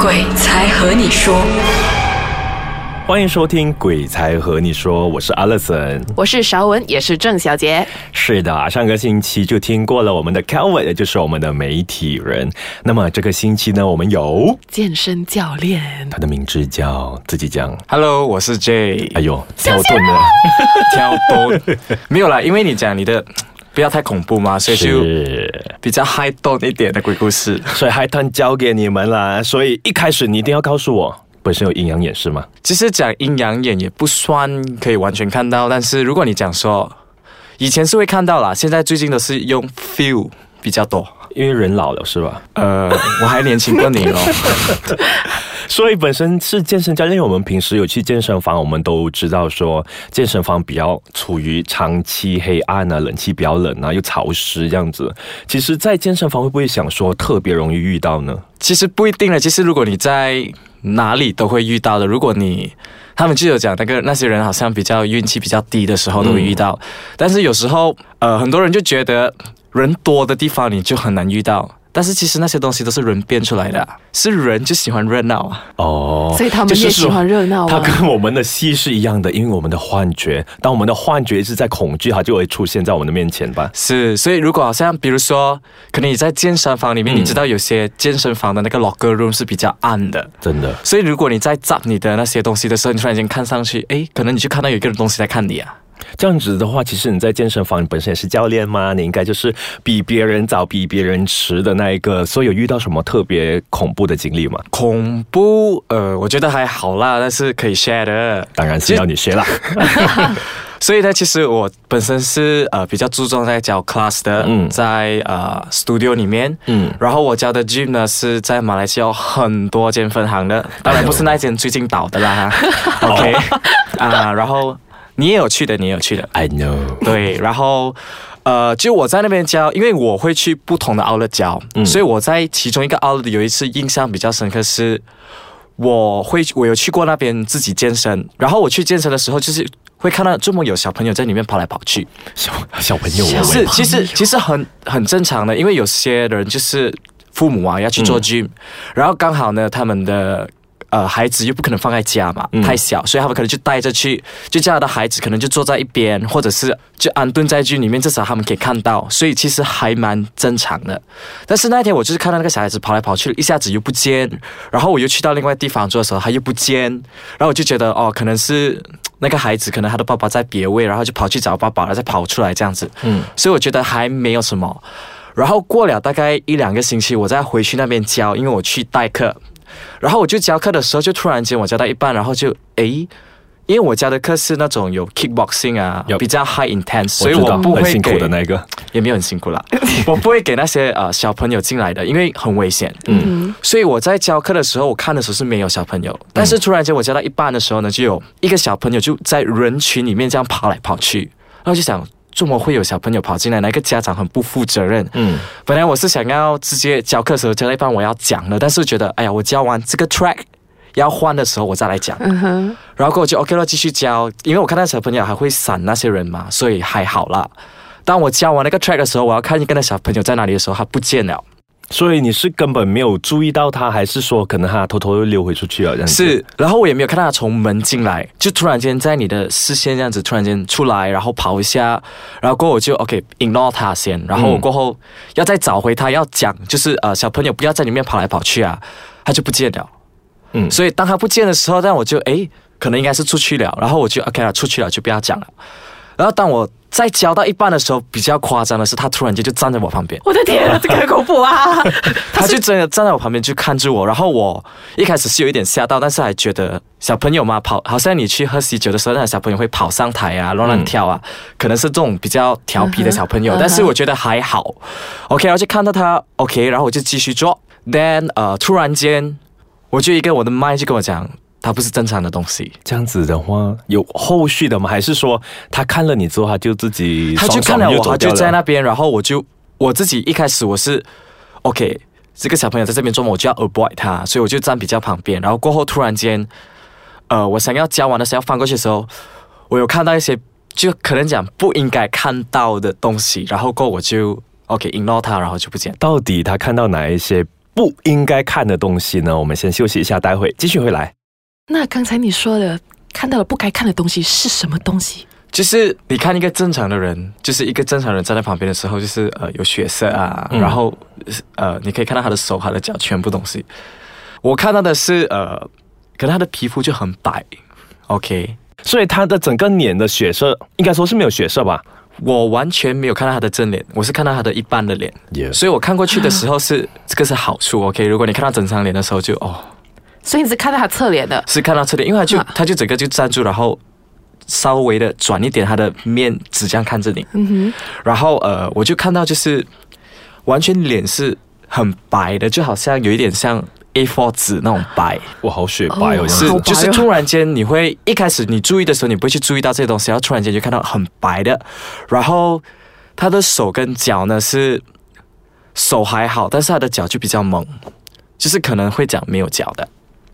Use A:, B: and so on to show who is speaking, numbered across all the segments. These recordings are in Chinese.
A: 鬼才和你说。
B: 欢迎收听《鬼才和你说》，我是 Alison。
C: 我是邵文，也是郑小姐。
B: 是的，上个星期就听过了我们的 Calvin，也就是我们的媒体人。那么这个星期呢，我们有
C: 健身教练，
B: 他的名字叫自己讲，
D: Hello，我是 J，
B: 哎呦，跳顿了，。
D: 挑逗，没有啦，因为你讲你的不要太恐怖嘛，所以就是比较嗨动一点的鬼故事。
B: 所以 High Turn 交给你们啦。所以一开始你一定要告诉我，本身有阴阳眼是吗？
D: 其实讲阴阳眼也不算可以完全看到，但是如果你讲说以前是会看到啦，现在最近都是用 feel 比较多。
B: 因为人老了是吧？
D: 呃，我还年轻过你哦咯。
B: 所以本身是健身教练，因为我们平时有去健身房，我们都知道说健身房比较处于长期黑暗啊，冷气比较冷啊，又潮湿这样子。其实，在健身房会不会想说特别容易遇到呢？
D: 其实不一定了，其实如果你在哪里都会遇到的。如果你他们就有讲那个那些人好像比较运气比较低的时候都会遇到，但是有时候呃很多人就觉得人多的地方你就很难遇到。但是其实那些东西都是人变出来的啊，是人就喜欢热闹啊。
B: 哦，
C: 所以他们
B: 就是
C: 也喜欢热闹
B: 它
C: 啊。
B: 跟我们的戏是一样的，因为我们的幻觉，当我们的幻觉是在恐惧，它就会出现在我们的面前吧。
D: 是，所以如果好像比如说，可能你在健身房里面，你知道有些健身房的那个 locker room 是比较暗的，
B: 真的，
D: 所以如果你在 zap 你的那些东西的时候，你突然间看上去，诶，可能你就看到有一个人东西在看你啊。
B: 这样子的话，其实你在健身房，你本身也是教练嘛，你应该就是比别人早、比别人迟的那一个。所以有遇到什么特别恐怖的经历吗？
D: 恐怖，呃，我觉得还好啦，但是可以 share 的。
B: 当然是要你学啦。
D: 所以呢，其实我本身是呃比较注重在教 class 的，
B: 嗯
D: 在呃 studio 里面，
B: 嗯
D: 然后我教的 gym 呢是在马来西亚有很多间分行
B: 哎
D: 的，当然不是那间最近倒的啦哈 ，OK
B: 哦
D: 啊，然后你也有去的，你也有去的，
B: I know。
D: 对，然后呃，就我在那边教，因为我会去不同的 outlet 教，所以我在其中一个 outlet 有一次印象比较深刻是，我会我有去过那边自己健身，然后我去健身的时候就是。会看到这么有小朋友在里面跑来跑去，
B: 小小朋友啊
C: 小
B: 我
D: 是
B: 问，
D: 其实其实很很正常的，因为有些人就是父母啊要去做 gym，、然后刚好呢他们的呃孩子又不可能放在家嘛，太小，所以他们可能就带着去，就叫他的孩子可能就坐在一边，或者是呃就安顿在 gym 里面，至少他们可以看到，所以其实还蛮正常的。但是那天我就是看到那个小孩子跑来跑去，一下子又不见，然后我又去到另外地方做的时候，他又不见，然后我就觉得哦，可能是。那个孩子可能他的爸爸在别位，然后就跑去找爸爸，然后再跑出来这样子。嗯，所以我觉得还没有什么。然后过了大概一两个星期，我再回去那边教，因为我去代课。然后我就教课的时候，就突然间我教到一半，然后就诶，因为我教的课是那种有 kickboxing 啊
B: Yup
D: 比较 high intense，所以
B: 知
D: 我
B: 道
D: 不会
B: 很辛苦
D: 给
B: 的那一个。
D: 也没有很辛苦啦，我不会给那些呃小朋友进来的，因为很危险。嗯，所以我在教课的时候，我看的时候是没有小朋友，但是突然间我教到一半的时候呢，就有一个小朋友就在人群里面这样跑来跑去，然后就想。怎么会有小朋友跑进来？那个家长很不负责任。嗯，本来我是想要直接教课的时候教到一半我要讲的，但是觉得哎呀，我教完这个 track 要换的时候我再来讲。
C: 嗯哼，
D: 然后过后就 OK 了，继续教，因为我看到小朋友还会闪那些人嘛，所以还好啦。当我教完那个 track 的时候，我要看一个那小朋友在哪里的时候，他不见了。
B: 所以你是根本没有注意到他，还是说可能他偷偷又溜回出去啊了？这样子
D: 是，然后我也没有看到他从门进来，就突然间在你的视线这样子突然间出来，然后跑一下，然后过后我就 OK ignore 他先，然
B: 嗯
D: 后我过后要再找回他，要讲就是呃小朋友不要在里面跑来跑去啊，他就不见了。
B: 嗯
D: 所以当他不见的时候，但我就诶可能应该是出去了，然后我就 OK 了，出去了就不要讲了。然后当我再教到一半的时候，比较夸张的是，他突然间就站在我旁边。
C: 我的天啊，这个很恐怖 啊！
D: 他就真的站在我旁边就看着我，然后我一开始是有一点吓到，但是还觉得小朋友嘛跑，好像你去喝喜酒的时候，那小朋友会跑上台啊，乱乱跳啊，可能是这种比较调皮的小朋友，但是我觉得还好。OK，然后就看到他 OK，然后我就继续做。Then 呃，突然间，我就一个我的麦就跟我讲，他不是正常的东西。
B: 这样子的话，有后续的吗？还是说他看了你之后，他就自己
D: 他就
B: 爽
D: 看
B: 爽
D: 了我，
B: 走
D: 他
B: 掉
D: 就
B: 了
D: 在那边，然后我就我自己一开始我是 OK，这个小朋友在这边做梦，我就要 avoid 他，所以我就站比较旁边。然后过后突然间，呃，我想要教完的时候要翻过去的时候，我有看到一些就可能讲不应该看到的东西，然后过后我就 OK ignore 他，然后就不见。
B: 到底他看到哪一些？不应该看的东西呢？我们先休息一下，待会继续回来。
C: 那刚才你说的，看到了不该看的东西是什么东西？
D: 就是你看一个正常的人，就是一个正常人站在旁边的时候，就是呃有血色啊，
B: 嗯
D: 然后呃你可以看到他的手、他的脚，全部东西。我看到的是呃，可能他的皮肤就很白，OK，
B: 所以他的整个脸的血色，应该说是没有血色吧？
D: 我完全没有看到他的正脸，我是看到他的一半的脸
B: Yeah
D: 所以我看过去的时候是这个是好处，OK，如果你看到整张脸的时候就哦
C: 所以你只看到他侧脸的，
D: 是看到侧脸，因为他就
C: 啊
D: 他就整个就站住，然后稍微的转一点他的面，指向看着你，
C: 嗯
D: 然后呃，我就看到就是完全脸是很白的，就好像有一点像 A4 纸那种白，
B: 我好雪白哦，
C: 哦
D: 是
B: 是
C: 好白哦
D: 就是突然间你会一开始你注意的时候你不会去注意到这些东西，然后突然间就看到很白的，然后他的手跟脚呢是手还好，但是他的脚就比较猛，就是可能会讲没有脚的。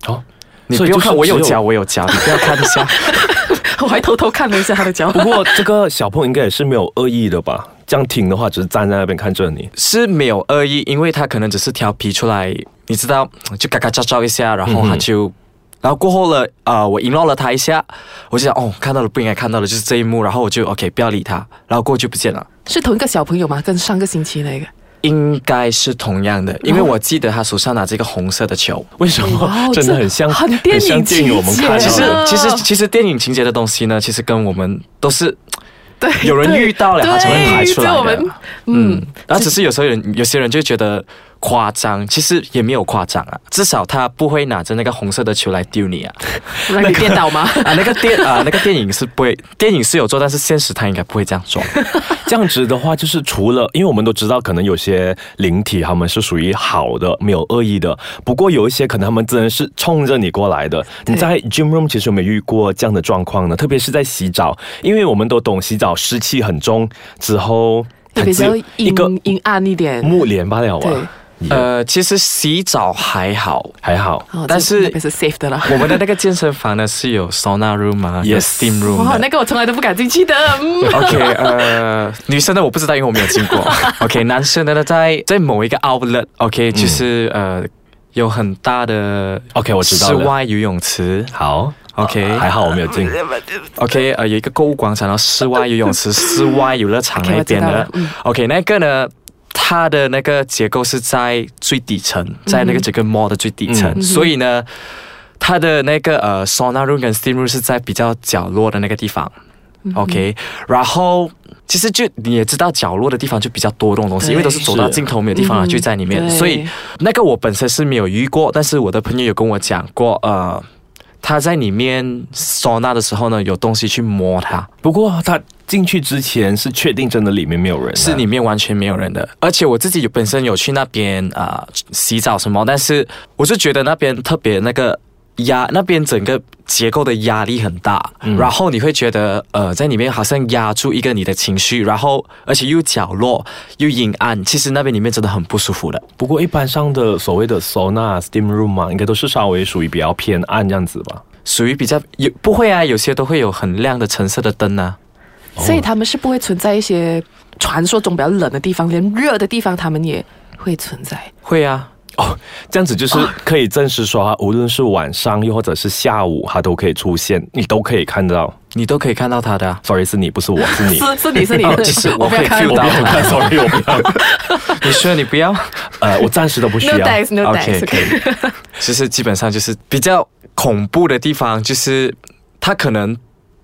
B: 哦，
D: 你
B: 所
D: 不
B: 以
D: 要
B: 就是
D: 看我有
B: 只有
D: 脚，我有脚，你不要看一 下。
C: 哼， 我还偷偷看了一下他的脚
B: 不。过这个小朋友应该也是没有恶意的吧？这样听的话，只是站在那边看着你。
D: 是没有恶意，因为他可能只是调皮出来，你知道，就嘎嘎照照一下，然后
B: 嗯哼
D: 他就，然后过后了，呃，我引导了他一下，我就想，哦，看到了不应该看到的就是这一幕，然后我就 OK 不要理他，然后过后就不见了。
C: 是同一个小朋友吗？跟上个星期那个？
D: 应该是同样的，因为我记得他手上拿着一个红色的球。
B: 为什
C: 哇
B: 么？
C: 哦
B: 真的很像，
C: 这很电影
B: 像电影我们看
D: 其
B: 到
C: 情
D: 实
C: 节啊
B: 的。
D: 其实其实电影情节的东西呢，其实跟我们都是
C: 对，
D: 有人
C: 对
D: 遇到了他才会拍出
C: 对
D: 来的
C: 就我们，嗯，
D: 然后只是有时候人有些人就觉得夸张，其实也没有夸张啊，至少他不会拿着那个红色的球来丢你啊。
C: 让你跌倒 吗？
D: 啊，那个电啊，那个电影是不会，电影是有做，但是现实他应该不会这样做。
B: 这样子的话，就是除了，因为我们都知道，可能有些灵体他们是属于好的，没有恶意的。不过有一些可能他们真的是冲着你过来的。你在 gym room 其实有没有遇过这样的状况呢？特别是在洗澡，因为我们都懂洗澡湿气很重，之后
C: 比较阴
B: 一个
C: 阴暗一点。
B: 木莲罢了啊，呃，
D: 呃，其实洗澡还好，
B: 还好。
C: 哦
D: 但是
C: 这那边是 safe 的了。
D: 我们的那个健身房呢是有 sauna room 啊，有
B: Yes
D: steam room
C: 哇，
D: 的。
C: 那个我从来都不敢进去的。嗯
D: OK，呃，女生的我不知道，因为我没有进 过。OK，男生的呢，在在某一个
B: 嗯
D: outlet，OK，、就是呃有很大的
B: OK，我知道
D: 室
B: 了
D: 外游泳池
B: 好
D: ，OK，
B: 还好我没有进。
D: OK，呃，有一个购物广场，然后室外游泳池、 室外游乐场
C: OK，
D: 那 边
C: 我知道
D: 的
C: 了嗯。
D: OK，那个呢，它的那个结构是在最底层，
C: 嗯
D: 在那个整个 mall 的最底层，
B: 嗯
D: 所以呢，它的那个呃 sauna room 跟 steam room 是在比较角落的那个地方。OK，然
C: 嗯
D: 后其实就你也知道，角落的地方就比较多这种东西，
C: 对
D: 因为都是走到
B: 是
D: 尽头没有地方了，
C: 嗯
D: 就在里面。
C: 对
D: 所以那个我本身是没有遇过，但是我的朋友有跟我讲过，呃，他在里面收纳的时候呢，有东西去摸它，
B: 不过他进去之前是确定真的里面没有人啊、
D: 是里面完全没有人的。而且我自己有本身有去那边啊、呃洗澡什么，但是我就觉得那边特别那个。压那边整个结构的压力很大，然后你会觉得呃，在里面好像压住一个你的情绪，然后而且又角落又阴暗，其实那边里面真的很不舒服的。
B: 不过一般上的所谓的 sauna、steam room 啊，应该都是稍微属于比较偏暗这样子吧。
D: 属于比较有不会啊，有些都会有很亮的橙色的灯啊。
B: 哦
C: 所以他们是不会存在一些传说中比较冷的地方，连热的地方他们也会存在。
D: 会啊，
B: 哦，这样子就是可以证实说，它无论是晚上又或者是下午，它都可以出现，你都可以看得到。
D: 你都可以看到它的、 啊。
B: Sorry，是你不是我，是你。
C: 是是你 是你
D: 哦，其实我
C: 不要
D: 会
C: 看
D: feel
B: 我不
D: 到
B: 要看，sorry，我 不要。
D: 你说你不要
B: 呃，我暂时都不需
C: No
B: 要。
C: thanks, no
D: OK，
C: thanks. OK，
D: 其实基本上就是比较恐怖的地方，就是它可能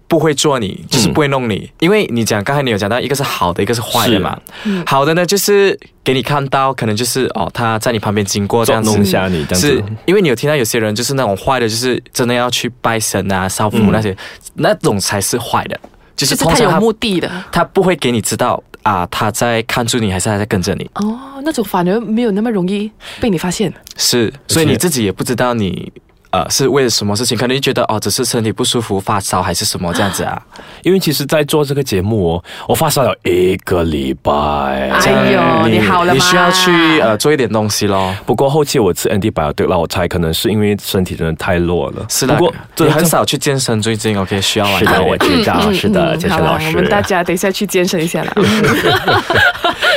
D: 不会做你，就是
B: 嗯
D: 不会弄你，因为你讲刚才你有讲到一个是好的，一个是坏的嘛。
B: 嗯
D: 好的呢，就是给你看到，可能就是哦，他在你旁边经过这
B: 捉
D: 样子
B: 弄一下你这样
D: 是
B: 子。
D: 因为你有听到有些人就是那种坏的，就是真的要去拜神啊、烧符
B: 嗯
D: 那些，那种才是坏的，就 是
C: 就是
D: 通
C: 他
D: 常
C: 有
D: 他
C: 目的的。
D: 他不会给你知道啊，他在看住你还是他在跟着你，
C: 哦，那种反而没有那么容易被你发现。
D: 是，所以你自己也不知道你。呃，是为了什么事情？可能就觉得哦，只是身体不舒服、发烧还是什么这样子啊？
B: 因为其实，在做这个节目哦，我发烧了一个礼拜。
C: 哎呦
D: 这样
C: 你好了
D: 你
C: 吗
D: 需要去呃做一点东西咯。
B: 不过后期我吃 antibiotic 了，我猜可能是因为身体真的太弱了。
D: 是的，
B: 不过
D: 你很
B: 少。
D: 少啊哎去健身，最近 OK 需要玩
B: 是的，
D: 的
B: 啊我知道，是的，
C: 嗯
B: 健身
C: 好啦
B: 老师。
C: 我们大家等一下去健身一下啦。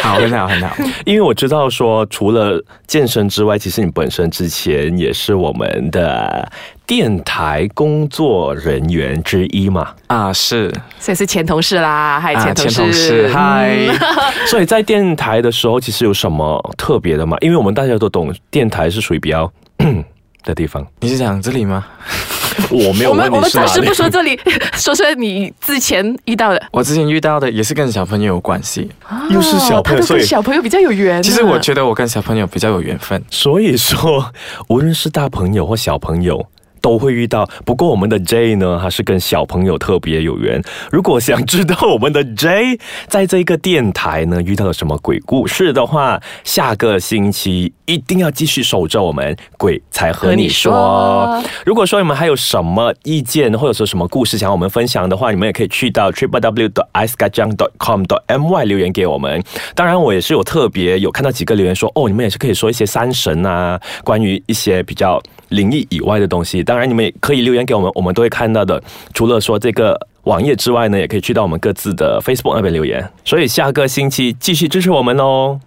D: 好，很好，很好。
B: 因为我知道说，除了健身之外，其实你本身之前也是我们的电台工作人员之一 嘛，
D: 啊，是
C: 所以是前同事啦，还有
D: 啊，
C: 前
D: 前
C: 同事，
D: 同事，嗨，
B: 所以在电台的时候，其实有什么特别的嘛？因为我们大家都懂，电台是属于比较 的地方。
D: 你是讲这里吗？
B: 我没有
C: 我们
B: 问
C: 我
B: 你
C: 们
B: 是哪
C: 暂时
B: 里
C: 不，说这里， 说说你之前遇到的，
D: 我之前遇到的也是跟小朋友有关系。
B: 又是小朋
C: 哦他
B: 友，
C: 都
B: 所
C: 跟
B: 以
C: 小朋友比较有缘啊、
D: 其实我觉得我跟小朋友比较有缘分。
B: 所以说，无论是大朋友或小朋友。都会遇到，不过我们的 J 呢，他是跟小朋友特别有缘。如果想知道我们的 J 在这个电台呢遇到了什么鬼故事的话，下个星期一定要继续守着我们鬼才和你说。如果说你们还有什么意见或者说什么故事想要我们分享的话，你们也可以去到 triple w dot i s k a j a n g dot com dot my 留言给我们。当然，我也是有特别有看到几个留言说，哦，你们也是可以说一些山神啊，关于一些比较灵异以外的东西。当然，你们也可以留言给我们，我们都会看到的。除了说这个。网页之外呢，也可以去到我们各自的 Facebook 那边留言，所以下个星期继续支持我们哦。